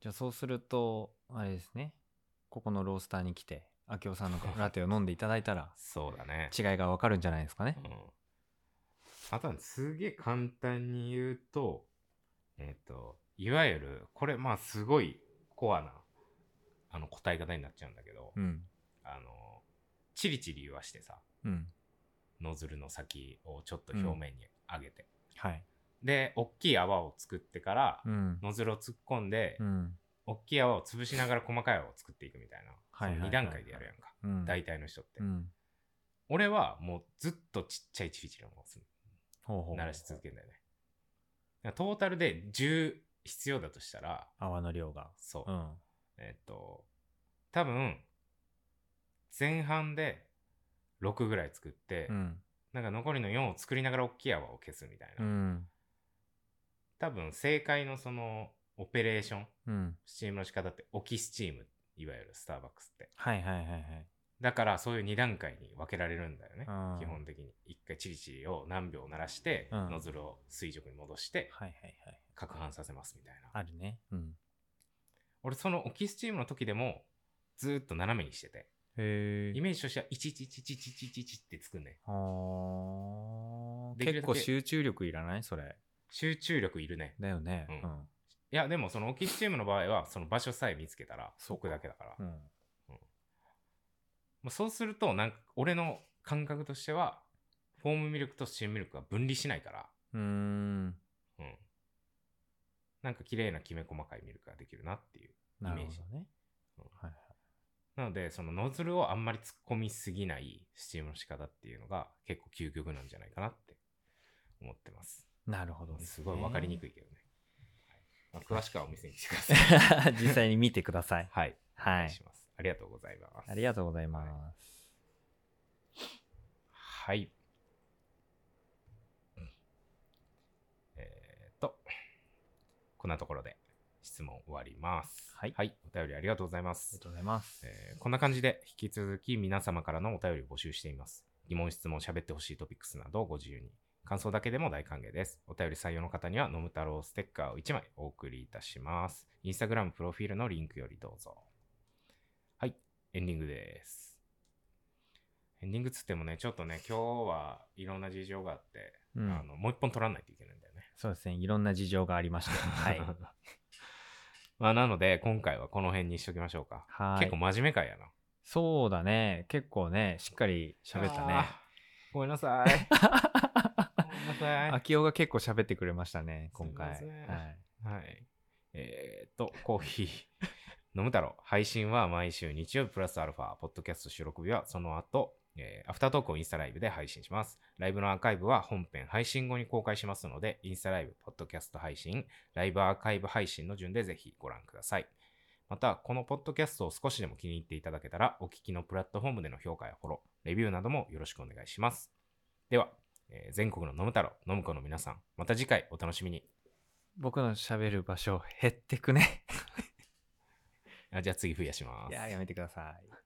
[SPEAKER 2] じゃあそうすると、あれですね。ここのロースターに来て、明夫さんのラテを飲んでいただいたら、
[SPEAKER 1] そうだね。
[SPEAKER 2] 違いがわかるんじゃないですかね。
[SPEAKER 1] うん。あとは、すげえ簡単に言うと、えっ、と、いわゆる、これ、まあ、すごいコアな、あの、答え方になっちゃうんだけど、
[SPEAKER 2] うん。
[SPEAKER 1] あの、チリチリ言わしてさ、
[SPEAKER 2] うん。
[SPEAKER 1] ノズルの先をちょっと表面に上げて、
[SPEAKER 2] はい。
[SPEAKER 1] で、大きい泡を作ってから、
[SPEAKER 2] うん。
[SPEAKER 1] ノズルを突っ込んで、
[SPEAKER 2] うん。
[SPEAKER 1] 大きい泡を潰しながら細かい泡を作っていくみたいな、
[SPEAKER 2] はいはいはいはい
[SPEAKER 1] 2段階でやるやんか、
[SPEAKER 2] うん。
[SPEAKER 1] 大体の人って。
[SPEAKER 2] うん。
[SPEAKER 1] 俺はもうずっとちっちゃいチリチリをする。
[SPEAKER 2] ほうほう。
[SPEAKER 1] 鳴らし続けるんだよね。だからトータルで10必要だとしたら、
[SPEAKER 2] 泡の量が。
[SPEAKER 1] そう、
[SPEAKER 2] うん。
[SPEAKER 1] えっと、多分、前半で6ぐらい作って、
[SPEAKER 2] うん。
[SPEAKER 1] なんか残りの4を作りながら大きい泡を消すみたいな。
[SPEAKER 2] うん。
[SPEAKER 1] 多分、正解のその、オペレーション、
[SPEAKER 2] うん。
[SPEAKER 1] スチームの仕方って、置きスチーム、いわゆるスターバックスって。
[SPEAKER 2] はいはいはいはい。
[SPEAKER 1] だから、そういう2段階に分けられるんだよね。
[SPEAKER 2] うん
[SPEAKER 1] 基本的に。1回チリチリを何秒鳴らして、
[SPEAKER 2] うん
[SPEAKER 1] ノズルを垂直に戻して、
[SPEAKER 2] はいはいはい。
[SPEAKER 1] 攪拌させますみたいな。
[SPEAKER 2] あるね。うん。
[SPEAKER 1] 俺そのオキスチームの時でもずーっと斜めにしてて
[SPEAKER 2] へ
[SPEAKER 1] イメージとしては111111ってつくね
[SPEAKER 2] はあ。
[SPEAKER 1] できるだけ
[SPEAKER 2] 結構集中力いらないそれ。
[SPEAKER 1] 集中力いるね
[SPEAKER 2] だよね。
[SPEAKER 1] うんいやでもそのオキスチームの場合はその場所さえ見つけたら
[SPEAKER 2] そう
[SPEAKER 1] 置
[SPEAKER 2] か
[SPEAKER 1] くだけだから、
[SPEAKER 2] うん。
[SPEAKER 1] まあそうするとなんか俺の感覚としてはフォームミルクとスチームミルクは分離しないから
[SPEAKER 2] うん。うーん。
[SPEAKER 1] うんなんか綺麗なきめ細かいミルクができるなっていう
[SPEAKER 2] な
[SPEAKER 1] イ
[SPEAKER 2] る
[SPEAKER 1] メ
[SPEAKER 2] ほ
[SPEAKER 1] ージ
[SPEAKER 2] どね。
[SPEAKER 1] なのでそのノズルをあんまり突っ込みすぎないスチームの仕方っていうのが結構究極なんじゃないかなって思ってます
[SPEAKER 2] なるほど。
[SPEAKER 1] すごい分かりに
[SPEAKER 2] い。
[SPEAKER 1] くいけどね。はいまあ詳しくはお店に来てください。
[SPEAKER 2] 実際に見てください。
[SPEAKER 1] はい。お
[SPEAKER 2] は
[SPEAKER 1] 願い
[SPEAKER 2] い
[SPEAKER 1] し。ます。ありがとうございます。
[SPEAKER 2] ありがとうございます。
[SPEAKER 1] はい。えー、っと、こんなところで質問終わります。
[SPEAKER 2] はい
[SPEAKER 1] お便りありがとうございま
[SPEAKER 2] あり
[SPEAKER 1] す
[SPEAKER 2] が。とうございます。
[SPEAKER 1] えーこんな感じで引き続き皆様からのお便りを募集しています。疑問、質問、喋ってほしいトピックスなどをご自由に。感想だけでも大歓迎です。お便り採用の方には、のむ太郎ステッカーを1枚お送りいたします。インスタグラムプロフィールのリンクよりどうぞ。はい、エンディングです。エンディングつってもね、ちょっとね、今日はいろんな事情があって、
[SPEAKER 2] うん
[SPEAKER 1] あのもう一本取らないといけないんだよね。
[SPEAKER 2] そうですね。いろんな事情がありまして。 はい。
[SPEAKER 1] まあ、なので、今回はこの辺にしときましょうか。
[SPEAKER 2] はい。
[SPEAKER 1] 結構真面目かやな。
[SPEAKER 2] そうだね。結構ね、しっかり喋ったね。
[SPEAKER 1] あー。ごめんなさい。ごめんなさい。
[SPEAKER 2] あきおが結構喋ってくれましたね、今回。は
[SPEAKER 1] すいません
[SPEAKER 2] い。
[SPEAKER 1] はい。えーっと、コーヒー。飲む太郎。配信は毎週日曜日プラスアルファ。ポッドキャスト収録日はその後、えーアフタートークをインスタライブで配信します。ライブのアーカイブは本編配信後に公開しますので、インスタライブ、ポッドキャスト配信、ライブアーカイブ配信の順でぜひご覧ください。また、このポッドキャストを少しでも気に入っていただけたら、お聞きのプラットフォームでの評価やフォロー、レビューなどもよろしくお願いします。では、えー全国の飲む太郎、飲む子の皆さん、また次回お楽しみに。
[SPEAKER 2] 僕の喋る場所減ってくね。
[SPEAKER 1] あじゃあ次増やします。
[SPEAKER 2] いや、やめてください。